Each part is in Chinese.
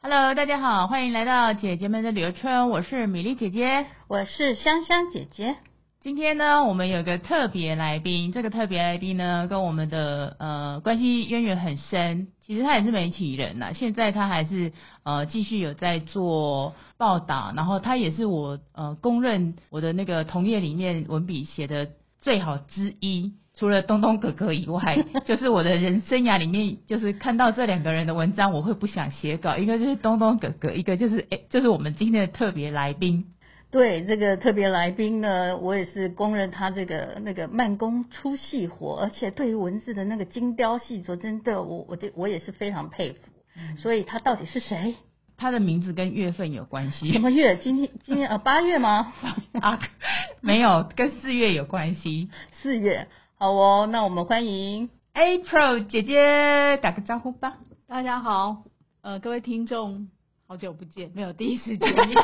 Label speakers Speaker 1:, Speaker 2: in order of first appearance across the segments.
Speaker 1: Hello，大家好，欢迎来到姐姐们的旅游圈，我是米粒姐姐。
Speaker 2: 我是香香姐姐，
Speaker 1: 今天呢，我们有个特别来宾，这个特别来宾呢，跟我们的呃关系渊源很深。其实他也是媒体人呐，现在他还是呃继续有在做报道，然后他也是我呃公认我的那个同业里面文笔写的最好之一。除了东东哥哥以外， 就是我的人生涯里面，就是看到这两个人的文章，我会不想写稿。一个就是东东哥哥，一个就是哎、就是我们今天的特别来宾。
Speaker 2: 对这个特别来宾呢，我也是公认他这个那个慢工出细活，而且对于文字的那个精雕细琢，真的我我就我也是非常佩服。
Speaker 3: 嗯
Speaker 2: 所以他到底是谁？
Speaker 1: 他的名字跟月份有关系
Speaker 2: 什， 么月？今天今天呃八月吗？
Speaker 1: 啊，没有，跟四月有关系。
Speaker 2: 四月。好哦，那我们欢迎
Speaker 1: April 姐姐打个招呼 吧。
Speaker 3: 大家好，呃，各位听众，好久不见，没有第一次见 面，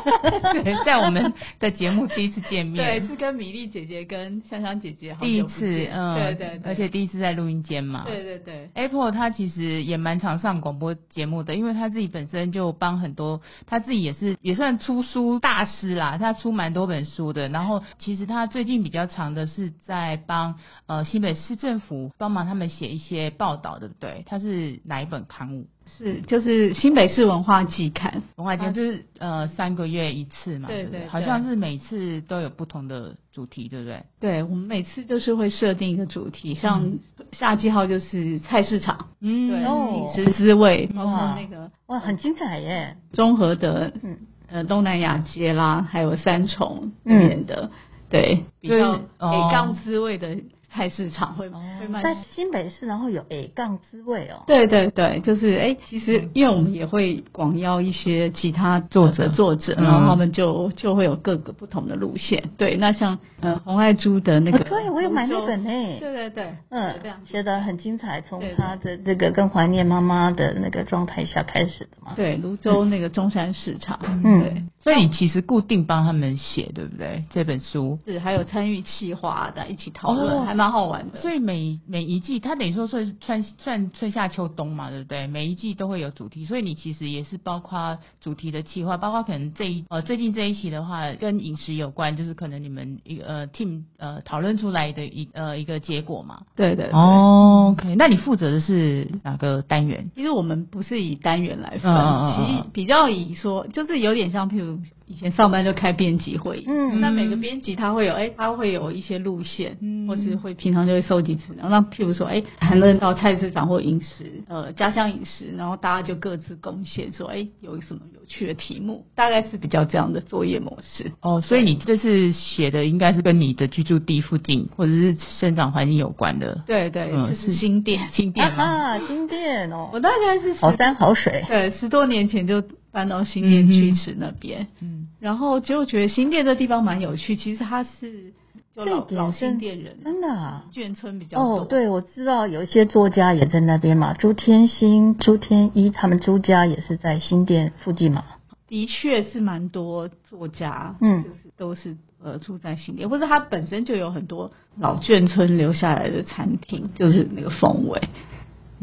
Speaker 1: 对，在我们的节目第一次见
Speaker 3: 对，
Speaker 1: 面，
Speaker 3: 是跟米粒姐姐跟香香姐姐好
Speaker 1: 第一
Speaker 3: 久不见
Speaker 1: 次，嗯，
Speaker 3: 对对对，
Speaker 1: 而且第一啊次在录音间嘛，
Speaker 3: 对对对，
Speaker 1: Apple 他其实也蛮常上广播节目的，因为他自己本身就帮很多，他自己也是也算出书大师啦，他出蛮多本书的。然后其实他最近比较长的是在帮呃新北市政府帮忙他们写一些报道，对不对？他是哪一本刊物？
Speaker 3: 是就是新北市文化季刊，
Speaker 1: 文化间就是呃三个月一次嘛，
Speaker 3: 啊对
Speaker 1: 不对？
Speaker 3: 对对
Speaker 1: 好像是每次都有不同的主题，对不对？
Speaker 3: 对我们每次就是会设定一个主题，像夏季号就是菜市场，对，
Speaker 1: 嗯
Speaker 2: 哦
Speaker 3: 饮食滋味，包
Speaker 2: 哇
Speaker 3: 括那个
Speaker 2: 哇，很精彩耶！
Speaker 3: 综合的
Speaker 2: 嗯
Speaker 3: 呃东南亚街啦，还有三重
Speaker 2: 嗯
Speaker 3: 那边的，对，比
Speaker 1: 就是
Speaker 3: 较
Speaker 1: 哦
Speaker 3: 北港滋味的菜市场会、会卖
Speaker 2: 在新北市，然后有 A 杠滋味哦。
Speaker 3: 对对对，就是哎、其
Speaker 2: 嗯
Speaker 3: 实因为我们也会广邀一些其他作者作者，
Speaker 1: 嗯
Speaker 3: 然后他们就就会有各个不同的路线。对，那像呃红爱珠的那个，
Speaker 2: 哦对，我有买那本
Speaker 3: 对
Speaker 2: 呢。
Speaker 3: 对对，
Speaker 2: 嗯
Speaker 3: 这样，子
Speaker 2: 写的很精彩，从
Speaker 3: 对
Speaker 2: 他的这个更怀念妈妈的那个状态下开始的嘛。
Speaker 3: 对泸州那个中山市场，对
Speaker 2: 嗯，
Speaker 1: 所以你其实固定帮他们写，对不对？这本书，
Speaker 3: 是还有参与企划的一起讨
Speaker 1: 哦
Speaker 3: 论，还蛮好玩的。
Speaker 1: 所以每每一季，它等于说算算算春夏秋冬嘛，对不对？每一季都会有主题，所以你其实也是包括主题的企划，包括可能这一呃最近这一期的话，跟饮食有关，就是可能你们一个呃 team 呃讨论出来的一呃一个结果嘛。
Speaker 3: 对对对。
Speaker 1: 哦，OK，那你负责的是哪个单元？
Speaker 3: 其实我们不是以单元来分，
Speaker 1: 嗯嗯嗯嗯
Speaker 3: 其实比较以说，就是有点像，譬如以前上班就开编辑会议，
Speaker 2: 嗯
Speaker 3: 那每个编辑他会有，哎、他会有一些路线，
Speaker 1: 嗯
Speaker 3: 或是会平常就会收集资料。那譬如说，哎、谈论到菜市场或饮食，呃，家乡饮食，然后大家就各自贡献说，哎、有什么有趣的题目，大概是比较这样的作业模式。
Speaker 1: 哦，所以你这次写的应该是跟你的居住地附近或者是生长环境有关的
Speaker 3: 对对，
Speaker 1: 嗯
Speaker 3: 就是新店。
Speaker 1: 景
Speaker 2: 啊
Speaker 1: 点吗？
Speaker 2: 哈，经典哦，
Speaker 3: 我大概是
Speaker 2: 好
Speaker 3: 十
Speaker 2: 山好水，
Speaker 3: 对十多年前就搬到新店
Speaker 1: 嗯
Speaker 3: 区
Speaker 1: 哼
Speaker 3: 池那边，
Speaker 1: 嗯，
Speaker 3: 然后结果觉得新店这地方蛮有趣，其实它是就
Speaker 2: 这一
Speaker 3: 老
Speaker 2: 点
Speaker 3: 老
Speaker 2: 真
Speaker 3: 新店人
Speaker 2: 真的啊。
Speaker 3: 眷村比较多。
Speaker 2: 哦，对，我知道有一些作家也在那边嘛，朱天心、朱天一，他们朱家也是在新店附近嘛。
Speaker 3: 的确是蛮多作家，
Speaker 2: 嗯
Speaker 3: 就是都是呃住在新店，或者它本身就有很多老眷村留下来的餐厅，就是那个风味。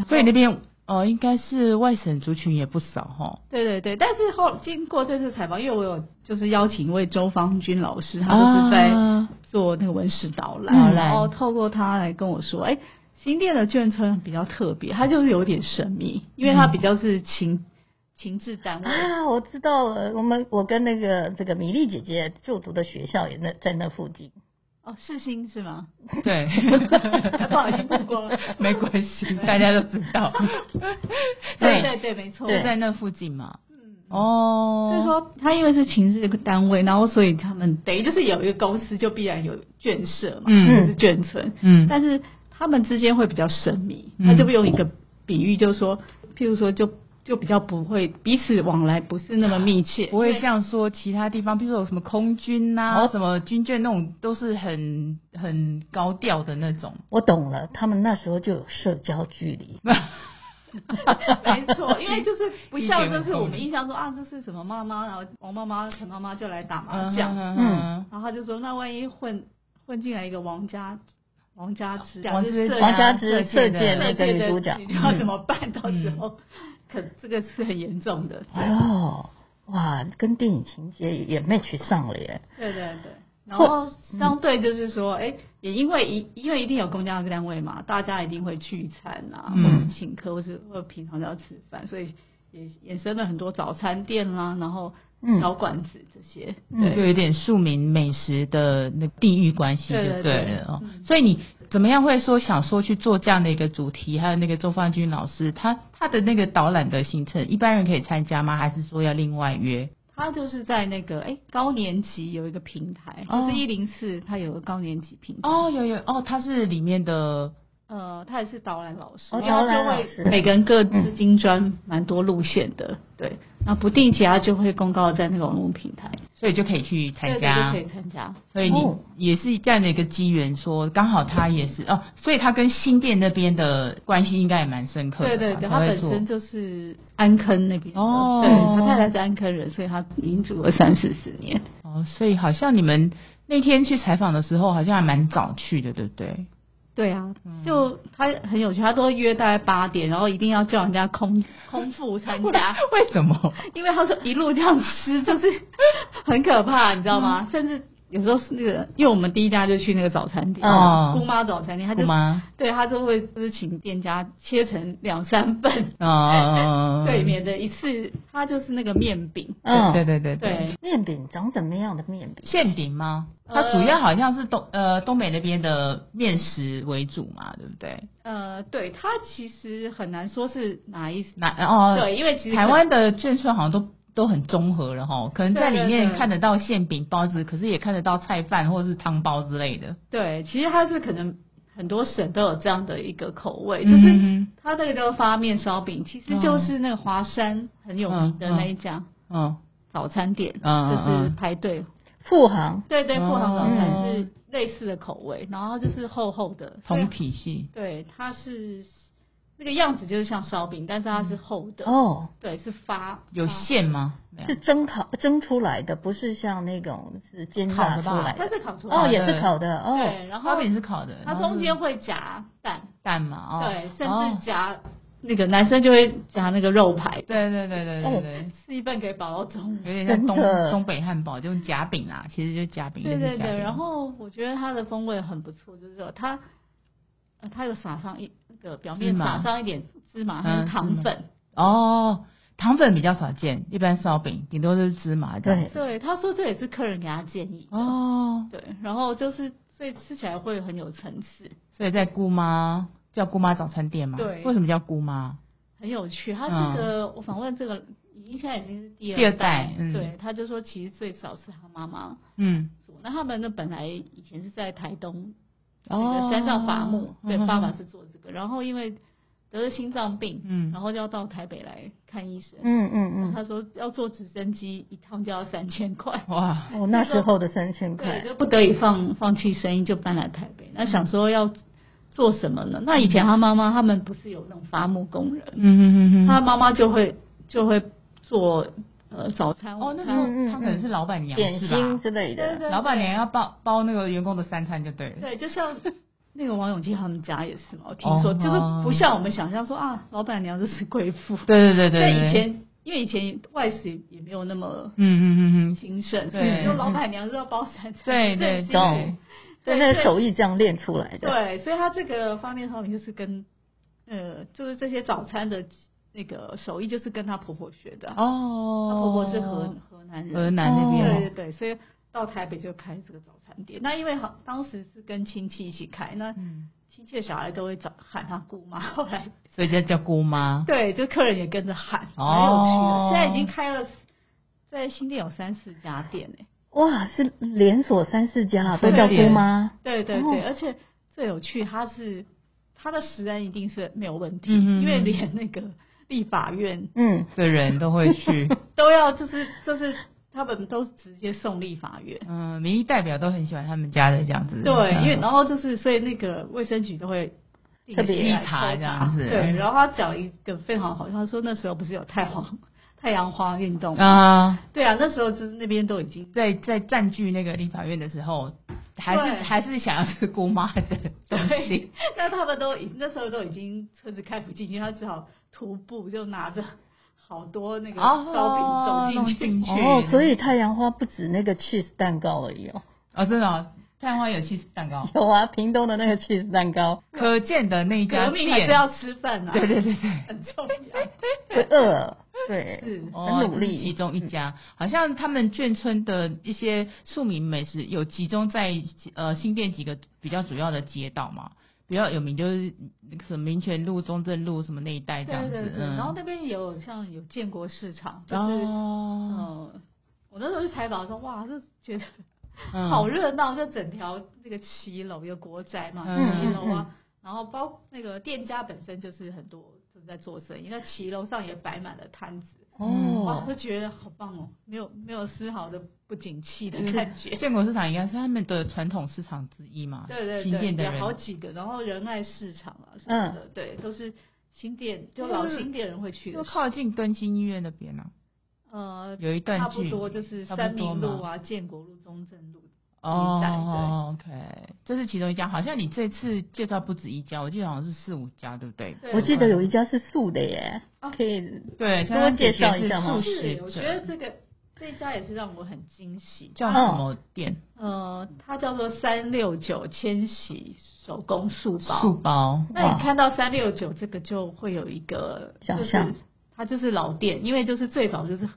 Speaker 1: 所以那边呃应该是外省族群也不少哈。吼
Speaker 3: 对对对，但是后经过这次采访，因为我有就是邀请一位周芳君老师，他就是在
Speaker 1: 啊
Speaker 3: 做那个文史导览，
Speaker 1: 嗯
Speaker 3: 然后透过他来跟我说，哎，新店的眷村比较特别，它就是有点神秘，因为它比较是情情治单位。
Speaker 2: 啊，我知道了，我们我跟那个这个米粒姐姐就读的学校也那在那附近。
Speaker 3: 哦，世新是吗？
Speaker 1: 对，
Speaker 3: 不好意思曝光了
Speaker 1: 没关系，大家都知 道。
Speaker 3: 对对对，没错。
Speaker 1: 就在那附近嘛。
Speaker 3: 嗯
Speaker 1: 哦，
Speaker 3: 所以说，他因为是情治单位，然后所以他们等于就是有一个公司，就必然有眷舍嘛，
Speaker 1: 嗯
Speaker 3: 就是眷村，
Speaker 1: 嗯
Speaker 3: 但是他们之间会比较神秘，
Speaker 1: 嗯
Speaker 3: 他就用一个比喻，就是说，譬如说就，就比较不会彼此往来，不是那么密切，
Speaker 1: 不会像说其他地方，比如说有什么空军呐、
Speaker 2: 哦
Speaker 1: 什么军眷那种，都是很很高调的那 种。
Speaker 2: 我懂了，他们那时候就有社交距离。
Speaker 3: 没 错，因为就是不像就是我
Speaker 1: 一点五公
Speaker 3: 们
Speaker 1: 里
Speaker 3: 印象中啊，就是什么妈妈，然后王妈妈、陈妈妈就来打麻
Speaker 1: 嗯
Speaker 3: 将，
Speaker 1: 嗯嗯
Speaker 2: 嗯
Speaker 3: 然后他就说，那万一混混进来一个王家王家之，
Speaker 1: 王之
Speaker 3: 就是社
Speaker 2: 王家之
Speaker 1: 射箭
Speaker 2: 射箭
Speaker 1: 的
Speaker 2: 那个女主角嗯
Speaker 3: 你知道怎么办？到时候可这个是很严重的。
Speaker 2: 哎呦，哇，跟电影情节也 match 上了耶。
Speaker 3: 对对对。然后
Speaker 2: 嗯
Speaker 3: 相对就是说，哎、也因为一因为一定有公家单位嘛，大家一定会聚餐啊，
Speaker 1: 嗯
Speaker 3: 或者请客，或是或者平常都要吃饭，所以也衍生了很多早餐店啦，然后
Speaker 2: 嗯
Speaker 3: 小馆子这些。
Speaker 1: 就
Speaker 3: 对，
Speaker 1: 有点庶民美食的那地域关系就
Speaker 3: 对
Speaker 1: 对了
Speaker 3: 对对
Speaker 1: 哦。所以你怎么样会说想说去做这样的一个主题？还有那个周方军老师，他他的那个导览的行程，一般人可以参加吗？还是说要另外约？
Speaker 3: 他就是在那个哎、高年级有一个平台，
Speaker 1: 哦
Speaker 3: 就是一零四，它有个高年级平台。
Speaker 1: 哦，有有哦，他是里面的
Speaker 3: 呃，他也是导览老师，
Speaker 2: 哦
Speaker 3: 然
Speaker 2: 导
Speaker 3: 后
Speaker 2: 览
Speaker 3: 就会
Speaker 2: 老师
Speaker 3: 每个人各自精专蛮多路线的，对。那不定期他就会公告在那个网络平台，
Speaker 1: 所以就可以去参加。
Speaker 3: 对对对可以参加。
Speaker 1: 所以你
Speaker 2: 哦
Speaker 1: 也是这样的一个机缘，说刚好他也是哦，所以他跟新店那边的关系应该也蛮深刻的吧。
Speaker 3: 对对对，
Speaker 1: 才
Speaker 3: 他
Speaker 1: 啊会
Speaker 3: 本
Speaker 1: 做
Speaker 3: 身就是安坑那边的，
Speaker 1: 哦
Speaker 3: 对他太太是安坑人，所以他民主了三四十年。
Speaker 1: 哦，所以好像你们那天去采访的时候，好像还蛮早去的，对不对？
Speaker 3: 对啊，就他很有趣，他都会约大概八点，然后一定要叫人家空空腹参 加，
Speaker 1: 为什么？
Speaker 3: 因为他说一路这样吃，就是 很可怕，你知道
Speaker 1: 嗯
Speaker 3: 吗？甚至有时候是那个，因为我们第一家就去那个早餐店，
Speaker 1: 哦
Speaker 3: 姑妈早餐店，他
Speaker 1: 不
Speaker 3: 就
Speaker 1: 吗？
Speaker 3: 对他就会就是请店家切成两三份，
Speaker 1: 哦，
Speaker 3: 对，免得一次他就是那个面饼，
Speaker 2: 嗯，
Speaker 1: 对对对对，
Speaker 3: 对，
Speaker 2: 面饼长怎么样的面饼？
Speaker 1: 馅饼吗？它
Speaker 3: 呃
Speaker 1: 主要好像是东呃东北那边的面食为主嘛，对不对？
Speaker 3: 呃，对他其实很难说是哪一
Speaker 1: 那哦，
Speaker 3: 对，因为其实
Speaker 1: 台湾的眷村好像都都很综合了哈，可能在里
Speaker 3: 对对
Speaker 1: 面
Speaker 3: 对
Speaker 1: 看得到馅饼、包子，可是也看得到菜饭或者是汤包之类的。
Speaker 3: 对，其实它是可能很多省都有这样的一个口味，就
Speaker 1: 嗯哦
Speaker 3: 是
Speaker 1: 嗯
Speaker 3: 它这个叫发面烧饼，其实就是那个华山很有名的那一家
Speaker 1: 嗯
Speaker 3: 早餐店，
Speaker 1: 嗯嗯
Speaker 3: 就是排队，
Speaker 2: 富航
Speaker 3: 对对，富航早餐
Speaker 1: 哦
Speaker 3: 是类似的口味，然后就是厚厚的，所以
Speaker 1: 同体系。
Speaker 3: 对，它是那个样子就是像烧饼，但是它是厚的，
Speaker 2: 哦，
Speaker 3: 对，是发
Speaker 1: 嗯有
Speaker 3: 发
Speaker 1: 馅吗？没有
Speaker 2: 是蒸烤蒸出来的，不是像那种是煎
Speaker 1: 烤
Speaker 2: 炸
Speaker 1: 的
Speaker 2: 出
Speaker 1: 吧
Speaker 2: 来
Speaker 3: 它
Speaker 2: 的。
Speaker 3: 是烤出来
Speaker 2: 哦，
Speaker 3: 的，
Speaker 2: 也是烤的哦。
Speaker 3: 对，然后
Speaker 1: 烧饼是烤的，
Speaker 3: 它
Speaker 1: 然后
Speaker 3: 中
Speaker 1: 是
Speaker 3: 间会夹蛋。
Speaker 1: 蛋嘛，哦，
Speaker 3: 对，甚
Speaker 1: 哦
Speaker 3: 至夹、那个男生就会夹那个肉排，
Speaker 1: 对对对对
Speaker 3: 哦
Speaker 1: 对对，
Speaker 3: 吃一份给宝宝中午。
Speaker 1: 有点像
Speaker 2: 真
Speaker 1: 东
Speaker 2: 的
Speaker 1: 东北汉堡，就用夹饼啦，其实就夹饼，
Speaker 3: 对
Speaker 1: 类
Speaker 3: 对
Speaker 1: 似夹
Speaker 3: 对，
Speaker 1: 饼
Speaker 3: 然后我觉得它的风味很不错，就是说它，呃，它有撒上一那个表
Speaker 1: 芝
Speaker 3: 面
Speaker 1: 麻
Speaker 3: 撒上一点芝麻，
Speaker 1: 嗯
Speaker 3: 它是糖
Speaker 1: 芝
Speaker 3: 粉。
Speaker 1: 哦，糖粉比较少见，一般烧饼顶多是芝麻这样
Speaker 2: 对。
Speaker 3: 对，他说这也是客人给他建议的。
Speaker 1: 哦，
Speaker 3: 对，然后就是所以吃起来会很有层次，
Speaker 1: 所以在姑妈叫姑妈早餐店嘛，
Speaker 3: 对
Speaker 1: 为什么叫姑妈？
Speaker 3: 很有趣。他这个、我访问这个已经现在已经是第
Speaker 1: 嗯第二
Speaker 3: 二
Speaker 1: 代嗯
Speaker 3: 对，他就说其实最早是他妈妈
Speaker 1: 嗯，
Speaker 3: 族那他们呢，本来以前是在台东那
Speaker 1: 哦
Speaker 3: 个，山上伐木，对，爸爸
Speaker 1: 嗯，
Speaker 3: 是做这个，然后因为得了心脏病，
Speaker 1: 嗯
Speaker 3: 然后就要到台北来看医生。
Speaker 2: 嗯嗯
Speaker 3: 他说要坐直升机一趟就要三千块，
Speaker 1: 哇，
Speaker 2: 嗯，哦，那时候的三千
Speaker 3: 对，
Speaker 2: 块，
Speaker 3: 就不得已放放弃生意，就搬来台北。那想说要做什么呢？那以前他妈妈他们不是有那种伐木工人，
Speaker 1: 嗯嗯嗯
Speaker 3: 他
Speaker 1: 嗯，
Speaker 3: 妈妈就会就会做呃早餐
Speaker 1: 哦，那时
Speaker 3: 午餐
Speaker 1: 候
Speaker 2: 嗯嗯
Speaker 1: 他可能是老板娘
Speaker 2: 点
Speaker 1: 是吧
Speaker 2: 心之类
Speaker 3: 对
Speaker 2: 的。
Speaker 3: 对
Speaker 1: 老板娘要包包那个员工的三餐就对了。
Speaker 3: 对，就像那个王永庆他们家也是嘛，我听
Speaker 1: 哦
Speaker 3: 说、就是不像我们想象说啊，老板娘就是贵妇。
Speaker 1: 对对对对
Speaker 3: 但
Speaker 1: 对，
Speaker 3: 以前因为以前外食也没有那么
Speaker 1: 嗯嗯嗯嗯，
Speaker 3: 兴盛，所
Speaker 1: 对
Speaker 3: 以就老板娘是要包 三餐，
Speaker 1: 对对
Speaker 3: 是
Speaker 1: 懂
Speaker 3: 对
Speaker 2: 对，那个手艺这样练出来的。
Speaker 3: 对，所以他这个方面上面就是跟呃，就是这些早餐的那个手艺就是跟她婆婆学的，
Speaker 1: 哦，
Speaker 3: 她婆婆是河河南人，
Speaker 1: 河南那边
Speaker 3: 对
Speaker 1: 哦
Speaker 3: 对对，所以到台北就开这个早餐店。那因为好当时是跟亲戚一起开，那
Speaker 1: 嗯
Speaker 3: 亲戚的小孩都会找喊他姑妈， 后来
Speaker 1: 所以叫叫姑妈。
Speaker 3: 对，就客人也跟着喊，
Speaker 1: 哦
Speaker 3: 蛮有趣的。现在已经开了，在新店有三四家店呢。
Speaker 2: 哇，是连锁三四
Speaker 3: 啊
Speaker 2: 家
Speaker 1: 对
Speaker 2: 都叫姑妈。
Speaker 3: 对对
Speaker 2: 哦
Speaker 3: 对，而且最有趣，它是它的食安一定是没有问题，
Speaker 1: 嗯嗯嗯
Speaker 3: 因为连那个立法院
Speaker 2: 嗯，
Speaker 1: 的人都会去，
Speaker 3: 都要就是就是他们都直接送立法院。
Speaker 1: 嗯，民意代表都很喜欢他们家的这样子，
Speaker 3: 对，因为
Speaker 1: 嗯
Speaker 3: 然后就是所以那个卫生局都会定期
Speaker 2: 特别
Speaker 3: 来抽
Speaker 1: 稽查这样子
Speaker 3: 对，然后他讲一个非常好笑，他说那时候不是有太阳太阳花运动吗？
Speaker 1: 啊，
Speaker 3: 对啊，那时候就是那边都已经
Speaker 1: 在在占据那个立法院的时候，还是
Speaker 3: 对
Speaker 1: 还是想要吃姑妈的东西
Speaker 3: 对。， 那他们都已那时候都已经车子开不进去，他只好徒步就拿着好多那个
Speaker 1: 哦
Speaker 3: 烧饼走进
Speaker 1: 弄进
Speaker 3: 去。
Speaker 1: 去
Speaker 2: 哦，所以太阳花不止那个 cheese 蛋糕而已哦，
Speaker 1: 哦，真的、哦，太阳花有气蛋糕，
Speaker 2: 有啊，屏东的那个 cheese 蛋糕，
Speaker 1: 可见的那一家
Speaker 3: 革命还
Speaker 1: 店
Speaker 3: 是，要吃饭啊，
Speaker 1: 对对对对。
Speaker 3: 很重要。
Speaker 2: 会饿， 对，
Speaker 3: 是
Speaker 1: 哦
Speaker 2: 很努力
Speaker 1: 这是其中一
Speaker 3: 嗯
Speaker 1: 家，好像他们眷村的一些庶民美食有集中在呃新店几个比较主要的街道嘛，比较有名就是那个什么民权路、中正路什么那一带这样
Speaker 3: 对
Speaker 1: 子。
Speaker 3: 对对，
Speaker 1: 嗯、
Speaker 3: 然后那边也有像有建国市场，就是、
Speaker 1: 哦，
Speaker 3: 嗯，我那时候去采访说，哇，就觉得
Speaker 1: 嗯
Speaker 3: 好热闹，就整条这个骑楼有国宅嘛，
Speaker 1: 嗯
Speaker 3: 骑楼啊，然后包那个店家本身就是很多就是在做生意，那骑楼上也摆满了摊子，哇，
Speaker 2: 哦，
Speaker 3: 就觉得好棒哦，没有没有丝毫的不景气
Speaker 1: 嗯
Speaker 3: 的感 觉。
Speaker 1: 建国市场应该是他们的传统市场之一嘛，
Speaker 3: 对对
Speaker 1: 新
Speaker 3: 对，
Speaker 1: 店的
Speaker 3: 有
Speaker 1: 人嗯
Speaker 3: 好几个，然后仁爱市场啊什么的，对，都是新店，就老新店人会去
Speaker 1: 就
Speaker 3: 的，
Speaker 1: 靠近敦亲医院那边呢、
Speaker 3: 呃，
Speaker 1: 有一段
Speaker 3: 差
Speaker 1: 距
Speaker 3: 不
Speaker 1: 离
Speaker 3: 多就是
Speaker 1: 差不
Speaker 3: 三
Speaker 1: 多
Speaker 3: 民路
Speaker 1: 嘛
Speaker 3: 啊、建国路、中正路，
Speaker 1: 哦，OK，这是其中一家，好像你这次介绍不止一家，我记得好像是四五家，对不对？
Speaker 3: 对哦
Speaker 2: 我记得有一家是素的耶，可以，
Speaker 1: 对，
Speaker 2: 多介绍一下吗
Speaker 1: 吗？
Speaker 3: 是，我觉得这个这一家也是让我很惊喜。
Speaker 1: 叫什么店？
Speaker 3: 呃，它叫做三六九千禧手工
Speaker 2: 哦
Speaker 3: 素
Speaker 1: 素
Speaker 3: 包。
Speaker 1: 包。
Speaker 3: 那
Speaker 1: 哇
Speaker 3: 你，看到三六九这个，就会有一个
Speaker 2: 想
Speaker 3: 就是
Speaker 2: 象
Speaker 3: 它就是老店，因为就是最早就是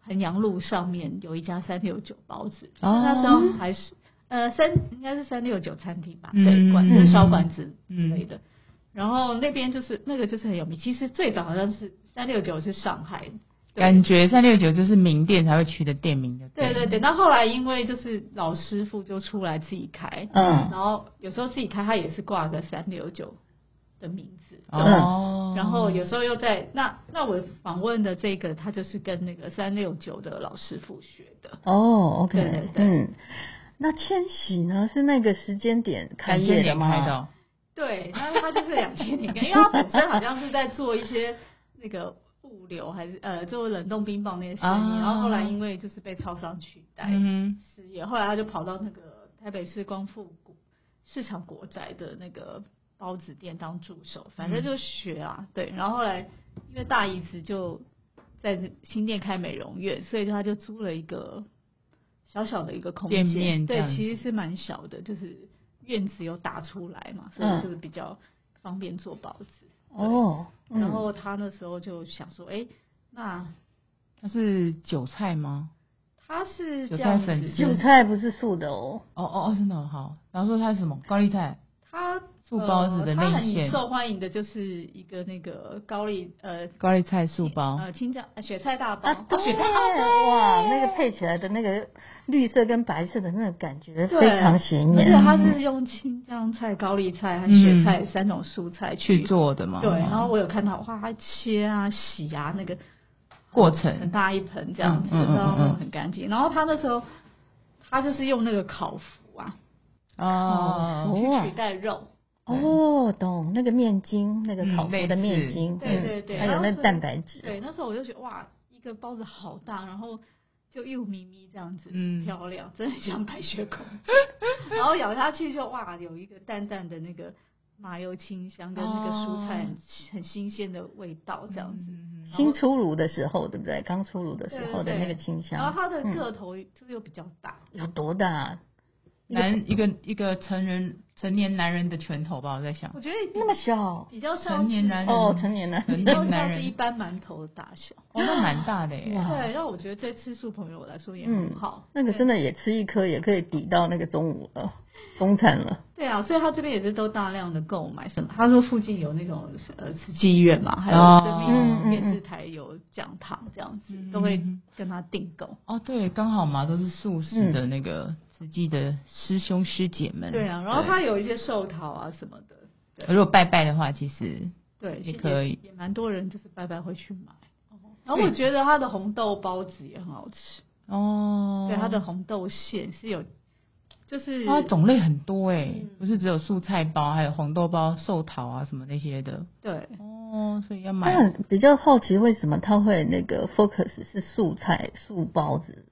Speaker 3: 衡阳路上面有一家三六九包子，
Speaker 1: 哦
Speaker 3: 那时候还是呃三应该是三六九餐厅吧，
Speaker 1: 嗯
Speaker 3: 对，馆就是小馆子之
Speaker 1: 嗯
Speaker 3: 类的。然后那边就是那个就是很有名，其实最早好像是三六九是上海对
Speaker 1: 感觉三六九就是名店才会取的店名的。
Speaker 3: 对对对，那后来因为就是老师傅就出来自己开，
Speaker 2: 嗯
Speaker 3: 然，后有时候自己开，他也是挂个三六九的名字，
Speaker 1: 哦。
Speaker 3: 然后有时候又在那那我访问的这个，他就是跟那个三六九的老师傅学的，
Speaker 2: 哦
Speaker 3: 对对
Speaker 2: ，OK，
Speaker 3: 对
Speaker 2: 嗯，那千禧呢是那个时间点开
Speaker 1: 两千
Speaker 2: 业的
Speaker 1: 年
Speaker 2: 吗？
Speaker 1: 开的哦，
Speaker 3: 对，那他就是两千年，因为他本身好像是在做一些那个。物流还是呃做冷冻冰棒那些生意，
Speaker 1: 啊
Speaker 3: 然后后来因为就是被超商取代，
Speaker 1: 嗯
Speaker 3: 事业，后来他就跑到那个台北市光复古市场国宅的那个包子店当助手，反正就学
Speaker 1: 嗯
Speaker 3: 啊，对。然后后来因为大姨子就在新店开美容院，所以他就租了一个小小的一个空
Speaker 1: 店面
Speaker 3: 间，
Speaker 1: 这样
Speaker 3: 对，
Speaker 1: 子
Speaker 3: 其实是蛮小的，就是院子有打出来嘛，
Speaker 1: 嗯
Speaker 3: 所以就是比较方便做包子。
Speaker 2: 哦，嗯
Speaker 3: 然后他那时候就想说，哎，那
Speaker 1: 哼，它是韭菜吗？
Speaker 3: 他是
Speaker 1: 韭
Speaker 3: 这
Speaker 1: 菜
Speaker 3: 样
Speaker 1: 粉
Speaker 3: 子，
Speaker 1: 丝
Speaker 2: 韭菜嗯不是素的哦，
Speaker 1: 哦哦哦，真的哦好。然后说它是什么？高丽菜。
Speaker 3: 他
Speaker 1: 素包子的内
Speaker 3: 呃它很
Speaker 1: 馅
Speaker 3: 受欢迎的就是一个那个高丽呃
Speaker 1: 高丽菜素包，
Speaker 3: 呃青椒呃雪菜大包，
Speaker 2: 啊，
Speaker 3: 哦
Speaker 2: 对
Speaker 3: 雪菜大包
Speaker 2: 哇，那个配起来的那个绿色跟白色的那个感觉
Speaker 3: 对
Speaker 2: 非常嗯显
Speaker 3: 而且
Speaker 2: 眼。
Speaker 3: 它是用青江菜、高丽菜和雪菜三种蔬菜
Speaker 1: 嗯去。做的嘛。
Speaker 3: 对，然后我有看到哇，它切啊、洗啊，那个
Speaker 1: 过
Speaker 3: 很
Speaker 1: 程，
Speaker 3: 大一盆这样子，
Speaker 1: 嗯嗯嗯嗯
Speaker 3: 然后很干净。然后他那时候，他就是用那个烤麸啊，
Speaker 1: 哦，
Speaker 3: 去
Speaker 2: 哇
Speaker 3: 取代肉。
Speaker 2: 哦，懂那个面筋，那个
Speaker 1: 嗯
Speaker 2: 烤麸的面筋，
Speaker 3: 类似对对
Speaker 2: 嗯
Speaker 3: 对
Speaker 2: 还有那个蛋白质，
Speaker 3: 对，那时候我就觉得哇，一个包子好大，然后就又咪咪这样子，
Speaker 1: 嗯
Speaker 3: 漂亮，真的像白雪公 主。然后咬下去就哇，有一个淡淡的那个麻油清香跟那个蔬菜很、很新鲜的味道这样子。
Speaker 1: 哦嗯
Speaker 2: 新出炉的时候，对不对？刚出炉的时候的
Speaker 3: 对对对
Speaker 2: 那个清
Speaker 3: 然
Speaker 2: 香，
Speaker 3: 后它的个头
Speaker 1: 嗯
Speaker 3: 就是又比较大，
Speaker 2: 有多大？
Speaker 1: 男一个一个成人成年男人的拳头吧，我在想
Speaker 3: 我，觉得
Speaker 2: 那么小？
Speaker 3: 比较像
Speaker 1: 成年
Speaker 3: 是
Speaker 1: 男人
Speaker 2: 哦，成年了，
Speaker 1: 成
Speaker 3: 比
Speaker 1: 年
Speaker 3: 较
Speaker 1: 男
Speaker 3: 像是
Speaker 1: 人
Speaker 3: 一般馒头的大小。
Speaker 1: 哦，那蛮大的耶，
Speaker 2: 哇
Speaker 3: 对，让我觉得对吃素朋友来说也很
Speaker 2: 嗯
Speaker 3: 好。，
Speaker 2: 那个真的也吃一颗也可以抵到那个中午了， 中餐了。
Speaker 3: 对啊，所以他这边也是都大量的购买什么？他说附近有那种呃慈济医院嘛，还有
Speaker 1: 哦
Speaker 3: 这边电视台有讲堂这样子，
Speaker 1: 嗯
Speaker 3: 都会跟他订购。
Speaker 1: 哦，对，刚好嘛，都是素食的那个慈济的师兄师姐们，
Speaker 3: 对啊，然后他有一些寿桃啊什么的，
Speaker 1: 对如果拜拜的话，其实
Speaker 3: 对，
Speaker 1: 也可以
Speaker 3: 其实也也哦蛮多人就是拜拜会去买。然后我觉得他的红豆包子也很好吃，
Speaker 1: 哦，
Speaker 3: 对，他的红豆馅是有，就是
Speaker 1: 它种类很多哎
Speaker 3: 嗯，
Speaker 1: 不是只有素菜包，还有红豆包、寿桃啊什么那些的，
Speaker 3: 对，
Speaker 1: 哦，所以要
Speaker 2: 他
Speaker 1: 买
Speaker 2: 很比较好奇，为什么他会那个 focus 是素菜素包子？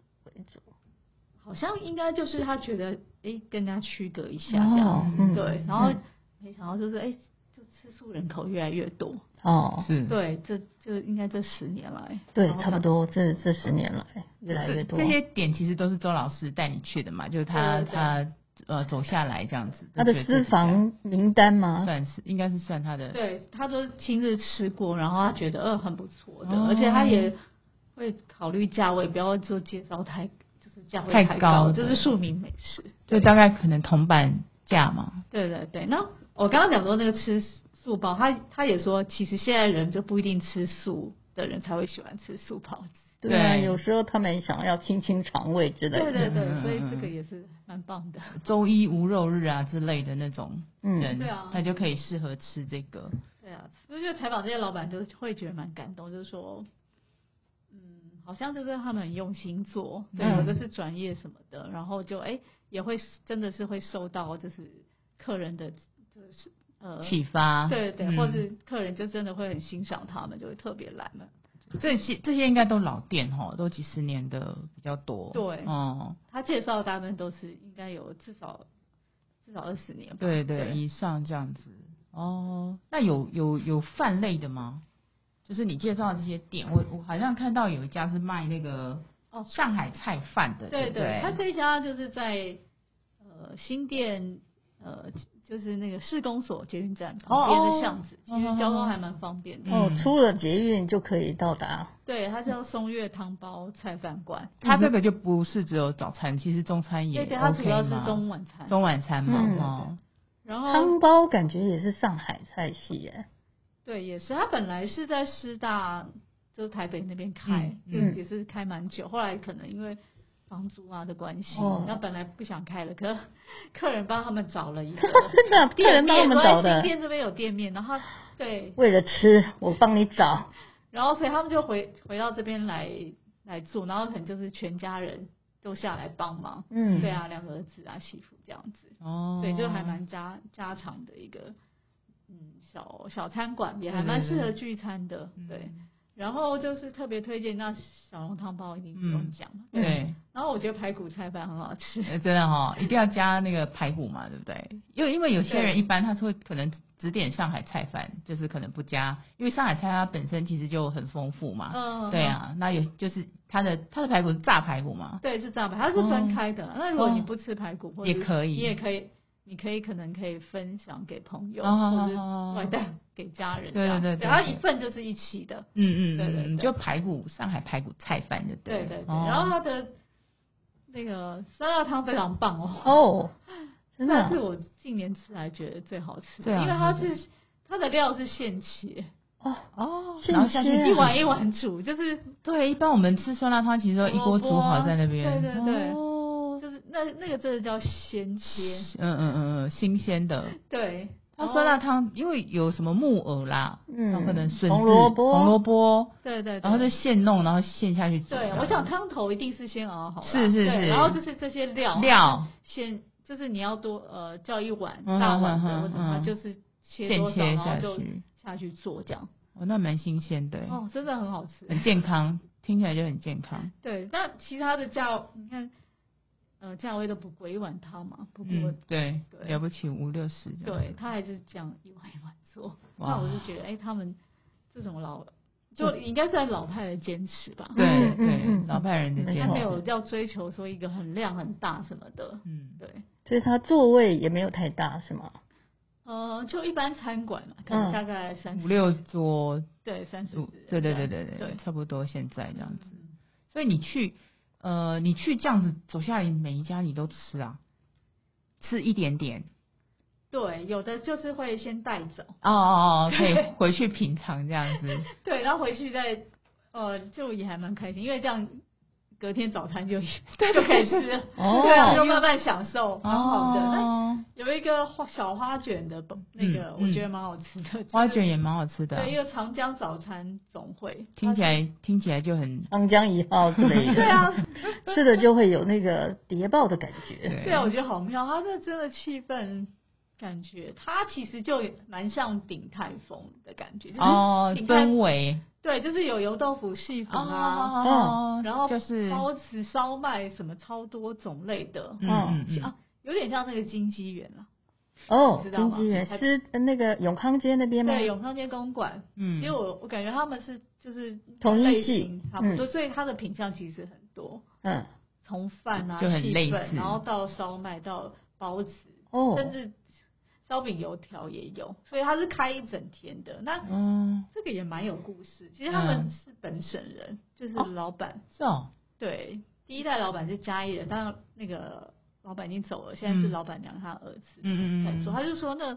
Speaker 3: 好像应该就是他觉得哎跟他区隔一下这样，
Speaker 1: 哦
Speaker 2: 嗯
Speaker 3: 对，然后
Speaker 2: 嗯
Speaker 3: 没想到就是哎。就吃素人口越来越多，
Speaker 2: 哦，
Speaker 1: 是，
Speaker 3: 对，这就应该这十年来，
Speaker 2: 对，
Speaker 3: 然后
Speaker 2: 差不多这这十年来越来越多
Speaker 1: 这。些点其实都是周老师带你去的嘛，就是他
Speaker 3: 对对对
Speaker 1: 他呃走下来这样子。
Speaker 2: 他的
Speaker 1: 就觉得
Speaker 2: 私
Speaker 1: 自己这样
Speaker 2: 房名单吗？
Speaker 1: 算是应该是算他的
Speaker 3: 对，他都亲自吃过，然后他觉得呃很不错的，
Speaker 1: 哦
Speaker 3: 而且他也会考虑价位，不要做介绍太就是价位
Speaker 1: 太
Speaker 3: 太
Speaker 1: 高
Speaker 3: 高，
Speaker 1: 的
Speaker 3: 就是庶民美食。
Speaker 1: 就大概可能铜板价嘛。
Speaker 3: 对对对。那我刚刚讲说那个吃素包，他他也说，其实现在人就不一定吃素的人才会喜欢吃素包子。
Speaker 2: 对啊，
Speaker 1: 对
Speaker 2: 有时候他们想要清清肠胃之类
Speaker 3: 对
Speaker 2: 的。
Speaker 3: 对
Speaker 1: 嗯
Speaker 3: 对，
Speaker 1: 嗯
Speaker 3: 所以
Speaker 1: 嗯
Speaker 3: 这个
Speaker 1: 嗯
Speaker 3: 也是蛮棒的。
Speaker 1: 周一无肉日啊之类的那种人，
Speaker 2: 嗯，
Speaker 3: 对啊
Speaker 1: 他就可以适合吃这个。
Speaker 3: 对啊，我觉得采访这些老板就会觉得蛮感动，就是说，嗯，好像就是他们很用心做，对
Speaker 1: 嗯
Speaker 3: 我这是专业什么的，然后就哎、也会真的是会受到就是客人的就是呃，
Speaker 1: 启发，
Speaker 3: 对对，
Speaker 1: 嗯
Speaker 3: 或是客人就真的会很欣赏他们，就会特别来嘛。
Speaker 1: 这些这些应该都老店哈，都几十年的比较多。
Speaker 3: 对
Speaker 1: 哦、
Speaker 3: 他介绍的大部分都是应该有至少至少二十年吧，
Speaker 1: 对对，
Speaker 3: 对，
Speaker 1: 以上这样子。哦，那有有有饭类的吗？就是你介绍的这些店，我我好像看到有一家是卖那个
Speaker 3: 哦
Speaker 1: 上海菜饭的，
Speaker 3: 对
Speaker 1: 对不
Speaker 3: 他这一家就是在呃新店呃就是那个市公所捷运站旁边的巷子，
Speaker 1: 哦哦
Speaker 3: 其实交通还蛮方便的。
Speaker 1: 嗯
Speaker 2: 哦，出了捷运就可以到达。
Speaker 3: 对，它叫松月汤包菜饭馆，
Speaker 1: 它这个就不是只有早餐，其实中餐也
Speaker 3: 对
Speaker 1: OK
Speaker 3: 对，它主要是
Speaker 1: 嘛
Speaker 3: 中晚餐。
Speaker 1: 中晚餐嘛，
Speaker 2: 嗯
Speaker 1: 哦，
Speaker 3: 然后
Speaker 2: 汤包感觉也是上海菜系耶。
Speaker 3: 对，也是它本来是在师大，就是台北那边开，
Speaker 1: 嗯
Speaker 3: 就
Speaker 2: 嗯
Speaker 3: 也是开蛮久，后来可能因为。房租啊的关系，
Speaker 2: 哦
Speaker 3: 然后本来不想开了，可客人帮他们找了 一个
Speaker 2: 真的，啊客
Speaker 3: 店
Speaker 2: 人帮我
Speaker 3: 面，
Speaker 2: 们
Speaker 3: 说
Speaker 2: 找
Speaker 3: 哎新
Speaker 2: 的，
Speaker 3: 店这边有店面，然后对，
Speaker 2: 为了吃，我帮你找。
Speaker 3: 然后所以他们就回回到这边来来住，然后可能就是全家人都下来帮忙，
Speaker 2: 嗯，
Speaker 3: 对啊，两个儿子啊媳妇这样子，
Speaker 1: 哦，
Speaker 3: 对，就还蛮家家常的一个嗯小小餐馆，也还蛮
Speaker 1: 对对
Speaker 3: 适
Speaker 1: 对嗯
Speaker 3: 合聚餐的，对。然后就是特别推荐那小笼汤包，一定不
Speaker 1: 嗯
Speaker 3: 用讲嘛。
Speaker 2: 嗯
Speaker 3: 对。
Speaker 1: 对，
Speaker 3: 然后我觉得排骨菜饭很好吃，
Speaker 1: 呃真的哈、一定要加那个排骨嘛，对不对？因为因为有些人一般他会可能只点上海菜饭，就是可能不加，因为上海菜它本身其实就很丰富嘛。
Speaker 3: 嗯，
Speaker 1: 对，啊，那有就是它的它的排骨是炸排骨嘛，
Speaker 3: 对，是这样吧，它是分开的。那如果你不吃排骨，或者
Speaker 1: 哦也可以
Speaker 3: 你也可以，你可以可能可以分享给朋友，或者
Speaker 1: 哦
Speaker 3: 外带给家人这
Speaker 1: 对
Speaker 3: 样。
Speaker 1: 对对对
Speaker 3: 然后一份就是一起的，
Speaker 1: 嗯嗯
Speaker 3: 对对
Speaker 1: 嗯，
Speaker 3: 对
Speaker 1: 就排骨上海排骨菜饭就
Speaker 3: 对
Speaker 1: 了
Speaker 3: 对对。
Speaker 1: 哦
Speaker 3: 然后它的那个酸辣汤非常棒哦，
Speaker 2: 哦，真的
Speaker 3: 那
Speaker 2: 啊
Speaker 3: 是我近年吃来觉得最好吃的，
Speaker 1: 对啊
Speaker 3: 因为它是它的料是现切，
Speaker 2: 哦，
Speaker 1: 哦，
Speaker 2: 是
Speaker 1: 然后下去
Speaker 2: 是啊
Speaker 3: 一碗一碗煮，就是
Speaker 1: 对，一般我们吃酸辣汤其实都一锅煮好在那边，
Speaker 3: 对对对
Speaker 1: 哦
Speaker 3: 就是那那个真的叫鲜切，
Speaker 1: 嗯嗯嗯嗯，新鲜
Speaker 3: 哦
Speaker 1: 的。
Speaker 3: 对，
Speaker 1: 它酸辣汤因为有什么木耳啦，然后可能
Speaker 2: 嗯，
Speaker 1: 笋子、
Speaker 2: 红萝卜，
Speaker 1: 红萝卜，
Speaker 3: 哦对对对，
Speaker 1: 然后就现弄，然后现下去煮。
Speaker 3: 对，我想汤头一定是先熬好啦，
Speaker 1: 是是
Speaker 3: 对
Speaker 1: 是
Speaker 3: 然后就是这些料
Speaker 1: 料
Speaker 3: 先就是你要多呃叫一碗
Speaker 1: 嗯
Speaker 3: 大碗
Speaker 1: 嗯嗯
Speaker 3: 的，或者它
Speaker 1: 嗯
Speaker 3: 就是切
Speaker 1: 现
Speaker 3: 多少，
Speaker 1: 切
Speaker 3: 然后
Speaker 1: 下
Speaker 3: 就
Speaker 1: 去，
Speaker 3: 下去做这样。
Speaker 1: 哦，那蛮新鲜的，
Speaker 3: 哦，真的很好吃。
Speaker 1: 很健康，听起来就很健康。
Speaker 3: 对，那其他的价
Speaker 1: 嗯
Speaker 3: 你看，呃，价位都不贵，一碗汤嘛，不过、
Speaker 1: 嗯，对，
Speaker 3: 对
Speaker 1: 了不起五六十这样。
Speaker 3: 对他还是这样一碗一碗做。
Speaker 1: 哇嗯
Speaker 3: 那我就觉得，哎、他们这种老就应该算老派的坚持吧。
Speaker 1: 对
Speaker 2: 嗯嗯
Speaker 1: 对，
Speaker 2: 嗯
Speaker 1: 老派人的
Speaker 2: 没
Speaker 1: 坚
Speaker 3: 他没
Speaker 1: 持，
Speaker 3: 有要追求说一个很量很大什么的，
Speaker 1: 嗯，
Speaker 3: 对，
Speaker 2: 所以它座位也没有太大，是吗？
Speaker 3: 呃，就一般餐馆嘛，可能
Speaker 2: 嗯
Speaker 3: 大概三十、
Speaker 1: 五六桌，
Speaker 3: 对三十
Speaker 1: 五，对对对对
Speaker 3: 对，
Speaker 1: 差不多现在这样子。
Speaker 3: 嗯
Speaker 1: 所以你去，呃，你去这样子走下来，每一家你都吃啊，吃一点点。
Speaker 3: 对，有的就是会先带走，
Speaker 1: 哦 哦哦，可以回去品尝这样子。
Speaker 3: 对，然后回去再，呃，就也还蛮开心，因为这样隔天早 餐就就可以吃了，
Speaker 2: 哦
Speaker 3: 对啊，就慢慢享受，蛮好的。那
Speaker 1: 哦
Speaker 3: 有一个花小花卷的那个，
Speaker 1: 嗯
Speaker 3: 我觉得蛮好吃的，就是
Speaker 1: 花卷也蛮好吃的啊、
Speaker 3: 对，一个长江早餐总会，
Speaker 1: 听起来听起来就很
Speaker 2: 长江一号之类
Speaker 3: 对
Speaker 2: 的，
Speaker 3: 啊，
Speaker 2: 吃的就会有那个谍报的感觉。
Speaker 1: 对
Speaker 3: 对啊，我觉得好妙，它那真的气氛感觉它其实就蛮像鼎泰丰的感觉，就是
Speaker 1: 哦，
Speaker 3: 鼎泰
Speaker 1: 氛围
Speaker 3: 对，就是有油豆腐、细粉啊，
Speaker 1: 哦，
Speaker 3: 然后
Speaker 1: 就是
Speaker 3: 包子、烧麦什么超多种类的，
Speaker 1: 嗯嗯嗯
Speaker 3: 啊，有点像那个金鸡园啦，
Speaker 2: 哦，
Speaker 3: 你知道
Speaker 2: 经
Speaker 3: 吗
Speaker 2: 纪人
Speaker 3: 还
Speaker 2: 是呃那个永康街那边吗？
Speaker 3: 对，永康街公馆，
Speaker 1: 嗯，
Speaker 3: 其实我我感觉他们是就是
Speaker 2: 同一
Speaker 3: 类
Speaker 2: 系
Speaker 3: 型差不
Speaker 1: 嗯
Speaker 3: 多，所以它的品相其实很多，
Speaker 2: 嗯，
Speaker 3: 从饭啊、
Speaker 1: 就很
Speaker 3: 细
Speaker 1: 类
Speaker 3: 粉，
Speaker 1: 似
Speaker 3: 然后到烧麦、到包子，
Speaker 2: 哦，
Speaker 3: 甚至烧饼油条也有，所以它是开一整天的。那
Speaker 1: 嗯，
Speaker 3: 这个也蛮有故事，其实他们
Speaker 1: 嗯
Speaker 3: 是本省人，就是
Speaker 1: 哦
Speaker 3: 老板，
Speaker 1: 是哦，
Speaker 3: 对，第一代老板是嘉义人，当然那个老板已经走了，现在是
Speaker 1: 嗯
Speaker 3: 老板娘她儿子
Speaker 1: 嗯嗯
Speaker 3: 在
Speaker 1: 嗯
Speaker 3: 做，他就说那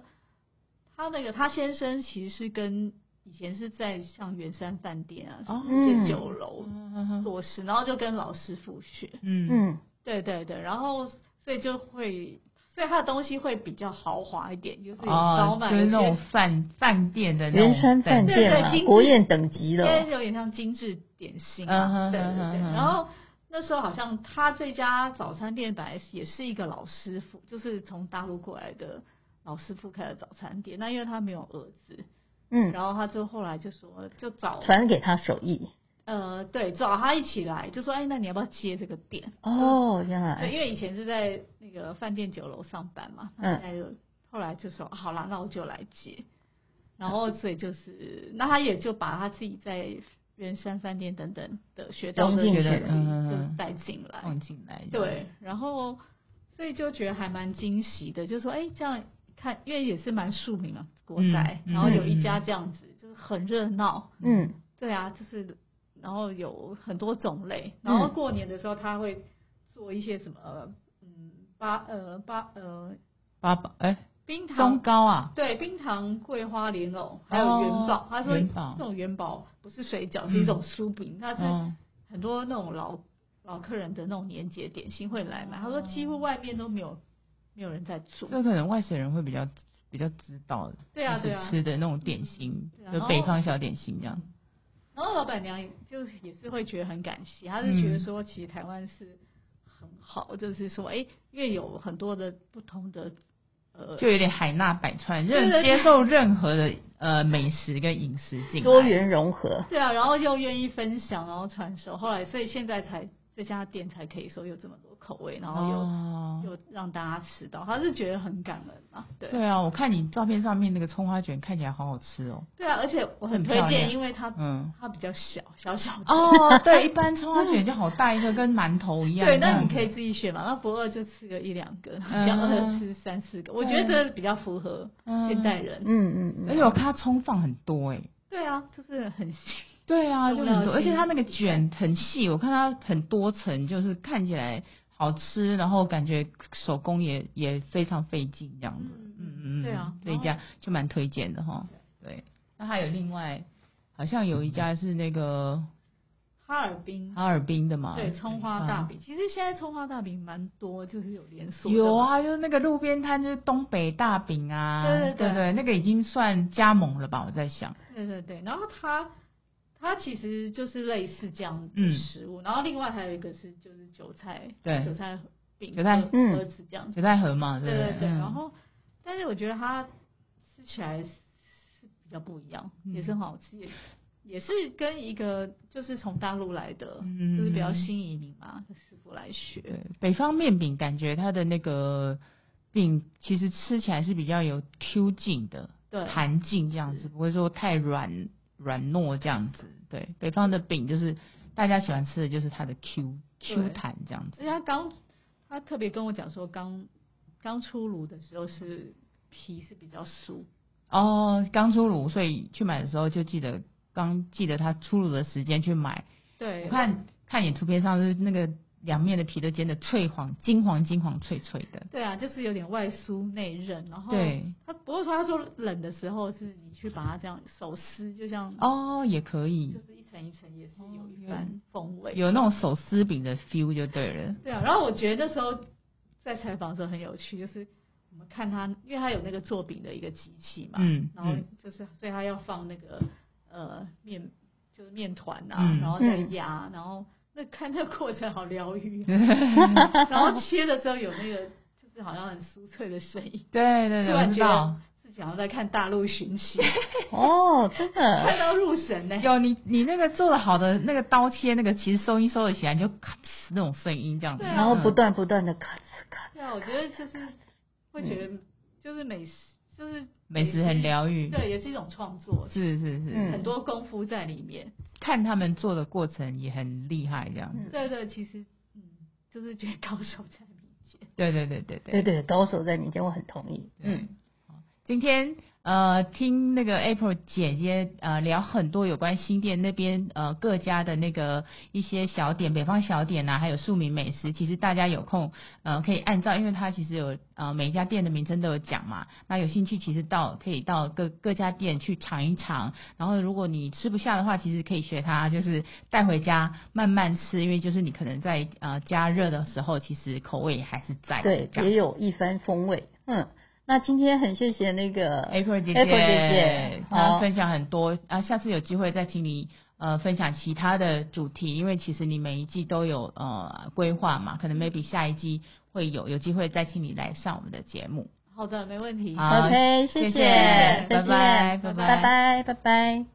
Speaker 3: 他那个他先生其实是跟以前是在像圆山饭店啊，
Speaker 1: 哦
Speaker 3: 一些酒楼
Speaker 1: 嗯
Speaker 3: 做事，然后就跟老师傅学，
Speaker 1: 嗯
Speaker 2: 嗯
Speaker 3: 对对对，然后所以就会，所以他的东西会比较豪华一点，就是有烧
Speaker 1: 哦，
Speaker 3: 麦，
Speaker 1: 就是
Speaker 3: 有
Speaker 1: 那
Speaker 3: 些
Speaker 1: 种饭饭店的那种
Speaker 2: 圆山饭
Speaker 1: 感觉
Speaker 2: 店
Speaker 3: 对
Speaker 2: 嘛，
Speaker 3: 对经济
Speaker 2: 国宴等级
Speaker 3: 现在
Speaker 2: 的，
Speaker 3: 有点像精致点心
Speaker 1: 嗯
Speaker 3: 啊，
Speaker 1: 哼
Speaker 3: 对对
Speaker 1: 哼
Speaker 3: 对。
Speaker 1: 哼
Speaker 3: 然后那时候好像他这家早餐店本来也是一个老师傅，就是从大陆过来的老师傅开的早餐店。那因为他没有儿子，
Speaker 2: 嗯，
Speaker 3: 然后他就后来就说就找
Speaker 2: 传给他手艺。
Speaker 3: 呃对找他一起来，就说哎那你要不要接这个店？
Speaker 2: 哦，原
Speaker 1: 嗯
Speaker 3: 对，
Speaker 2: 来，
Speaker 3: 因为以前是在那个饭店酒楼上班嘛，
Speaker 2: 嗯
Speaker 3: 现在就后来就说好啦，那我就来接。然后所以就是，那他也就把他自己在圆山饭店等等的学到的
Speaker 2: 融进去
Speaker 3: 东西
Speaker 1: 嗯
Speaker 3: 就带进来，
Speaker 1: 放进来，
Speaker 3: 对，然后所以就觉得还蛮惊喜的，就说哎这样看，因为也是蛮庶民嘛，国宅，
Speaker 1: 嗯
Speaker 3: 然后有一家这样子，就是很热闹，
Speaker 2: 嗯
Speaker 3: 对啊，就是然后有很多种类，然后
Speaker 2: 嗯
Speaker 3: 过年的时候他会做一些什么，呃嗯，八呃八呃
Speaker 1: 八宝哎，
Speaker 3: 冰
Speaker 1: 中
Speaker 3: 糖，
Speaker 1: 高啊，
Speaker 3: 对，冰糖桂花莲藕，还有元宝。他说
Speaker 1: 元宝
Speaker 3: 那种元宝不是水饺，
Speaker 1: 嗯
Speaker 3: 是一种酥饼，那是
Speaker 1: 嗯，
Speaker 3: 很多那种老老客人的那种年节点心会来买。他说几乎外面都没有没有人在做，
Speaker 1: 这可能外省人会比较比较知道，
Speaker 3: 对啊
Speaker 1: 就是
Speaker 3: 对啊。
Speaker 1: 吃的那种点心
Speaker 3: 对啊，
Speaker 1: 就
Speaker 3: 然后
Speaker 1: 北方小点心这样，
Speaker 3: 然后老板娘也就是也是会觉得很感谢，她是觉
Speaker 1: 嗯
Speaker 3: 得说其实台湾是很好，就是说哎，因为有很多的不同的呃，
Speaker 1: 就有点海纳百川，
Speaker 3: 对对
Speaker 1: 任
Speaker 3: 对
Speaker 1: 接受任何的呃美食跟饮食
Speaker 3: 嗯
Speaker 1: 进来
Speaker 2: 多元融合，
Speaker 3: 对啊，然后又愿意分享，然后传授，后来所以现在才这家店才可以说有这么多口味，然后又、
Speaker 1: 哦
Speaker 3: 又让大家吃到，她是觉得很感恩嘛，对
Speaker 1: 对啊，我看你照片上面那个葱花卷看起来好好吃哦。
Speaker 3: 对啊，而且我很
Speaker 1: 很
Speaker 3: 推
Speaker 1: 漂
Speaker 3: 荐，
Speaker 1: 亮
Speaker 3: 因为它
Speaker 1: 嗯，
Speaker 3: 它比较小小小的。
Speaker 1: 哦， 对，一般葱花卷就好大一个，跟馒头一样。
Speaker 3: 对，那你可以自己选嘛。那不饿就吃个一两个，
Speaker 1: 嗯
Speaker 3: 想饿吃三四个，我觉得比较符合
Speaker 1: 嗯
Speaker 3: 现代人。
Speaker 2: 嗯嗯
Speaker 3: 哎
Speaker 1: 而且
Speaker 2: 嗯，
Speaker 1: 我看它葱放很多哎。
Speaker 3: 对啊，就是很细。
Speaker 1: 对啊，就
Speaker 3: 重
Speaker 1: 很
Speaker 3: 料
Speaker 1: 多，而且
Speaker 3: 性
Speaker 1: 它那个卷很细，我看它很多层，就是看起来好吃，然后感觉手工也也非常费劲这样子。
Speaker 3: 嗯嗯
Speaker 1: 嗯嗯，
Speaker 3: 对啊
Speaker 1: 这一家就蛮推荐的哈。对，那还有另外，好像有一家是那个
Speaker 3: 哈尔滨
Speaker 1: 哈尔滨的嘛，
Speaker 3: 嗯对葱花大
Speaker 1: 嗯
Speaker 3: 饼，其实现在葱花大饼蛮多，就是有连锁。
Speaker 1: 有，啊，就是那个路边摊，就是东北大饼啊，
Speaker 3: 对对对
Speaker 1: 对那个已经算加盟了吧？我在想，
Speaker 3: 对对对。然后它它其实就是类似这样的
Speaker 1: 嗯
Speaker 3: 食物，然后另外还有一个是就是韭菜，
Speaker 1: 对
Speaker 3: 韭菜饼，
Speaker 1: 韭菜
Speaker 3: 和
Speaker 2: 嗯
Speaker 3: 和子酱
Speaker 1: 九寨河嘛，
Speaker 3: 对
Speaker 1: 不
Speaker 3: 对对，
Speaker 1: 嗯
Speaker 3: 然后但是我觉得它吃起来是比较不一样，
Speaker 1: 嗯
Speaker 3: 也是很好吃，也也是跟一个就是从大陆来的，
Speaker 1: 嗯
Speaker 3: 就是比较新移民嘛的师傅来
Speaker 1: 对
Speaker 3: 学。
Speaker 1: 北方面饼，感觉它的那个饼其实吃起来是比较有 Q 劲的、
Speaker 3: 对，
Speaker 1: 弹劲这样子，不会说太软软糯这样子。对，北方的饼就是大家喜欢吃的就是它的 Q
Speaker 3: 对
Speaker 1: Q 弹这样
Speaker 3: 而且
Speaker 1: 子。
Speaker 3: 他刚他特别跟我讲说，刚刚出炉的时候是皮是比较酥，
Speaker 1: 哦，刚出炉，所以去买的时候就记得刚记得它出炉的时间去买。
Speaker 3: 对，
Speaker 1: 我看看你图片上是那个两面的皮都煎的脆黄、金黄、金黄脆脆的。
Speaker 3: 对啊，就是有点外酥内韧，然后
Speaker 1: 对，
Speaker 3: 他不过说他说冷的时候是你去把它这样手撕，就像
Speaker 1: 哦，也可以
Speaker 3: 就，是一层一层也是有一
Speaker 1: 哦
Speaker 3: 番风味。
Speaker 1: 有那种手撕饼的 feel 就对了。
Speaker 3: 对啊，然后我觉得那时候在采访的时候很有趣，就是我们看他，因为他有那个做饼的一个机器嘛，
Speaker 1: 嗯
Speaker 3: 然后
Speaker 1: 嗯
Speaker 3: 就是所以他要放那个呃面，就是面团呐、
Speaker 1: 嗯
Speaker 3: 然后再
Speaker 2: 嗯
Speaker 3: 压，然后那看那个过程好疗愈啊、然后切的时候有那个就是是好像很酥脆的声音，
Speaker 1: 对对
Speaker 3: 突
Speaker 1: 对，我
Speaker 3: 然
Speaker 1: 知
Speaker 3: 觉得
Speaker 1: 道。
Speaker 3: 自己好像在看大陆寻奇，
Speaker 2: 哦，真
Speaker 3: 看
Speaker 2: 的，
Speaker 3: 到入神呢、
Speaker 1: 有你，你那个做的好的那个刀切那个，其实收音收得起来，你就咔哧那种声音这样子，
Speaker 3: 对啊
Speaker 2: 然后不
Speaker 1: 嗯
Speaker 2: 断不断的咔哧咔
Speaker 3: 对啊，我觉得就是会觉得就是美食，就是
Speaker 1: 美食很疗愈，
Speaker 3: 对，也是一种创作，
Speaker 1: 是是是，
Speaker 2: 嗯
Speaker 3: 很多功夫在里面。
Speaker 1: 看他们做的过程也很厉害这样子，
Speaker 2: 嗯
Speaker 3: 对对，其实嗯，就是觉得高手在民间。
Speaker 1: 对对对对
Speaker 2: 哧，对对，高手在民间，我很同意。嗯，
Speaker 1: 今天呃，听那个 April 姐姐呃聊很多有关新店那边呃各家的那个一些小点，北方小点啊，还有庶民美食。其实大家有空呃可以按照，因为它其实有呃每一家店的名称都有讲嘛。那有兴趣其实到可以到各各家店去尝一尝。然后如果你吃不下的话，其实可以学它，就是带回家慢慢吃，因为就是你可能在呃加热的时候，其实口味还是在的
Speaker 2: 嗯对，
Speaker 1: 这样
Speaker 2: 也有一番风味。嗯，那今天很谢谢那个
Speaker 1: April 姐姐
Speaker 2: April 姐姐
Speaker 1: 她
Speaker 2: 好
Speaker 1: 分享很多啊，下次有机会再听你呃分享其他的主题，因为其实你每一季都有呃规划嘛，可能 maybe 下一季会有有机会再请你来上我们的节目。
Speaker 3: 好的，没问题。
Speaker 1: 好
Speaker 2: OK，
Speaker 1: 谢
Speaker 2: 谢
Speaker 1: 谢
Speaker 2: 再
Speaker 1: 拜
Speaker 2: 见，
Speaker 1: 拜拜拜
Speaker 2: 拜拜，拜拜。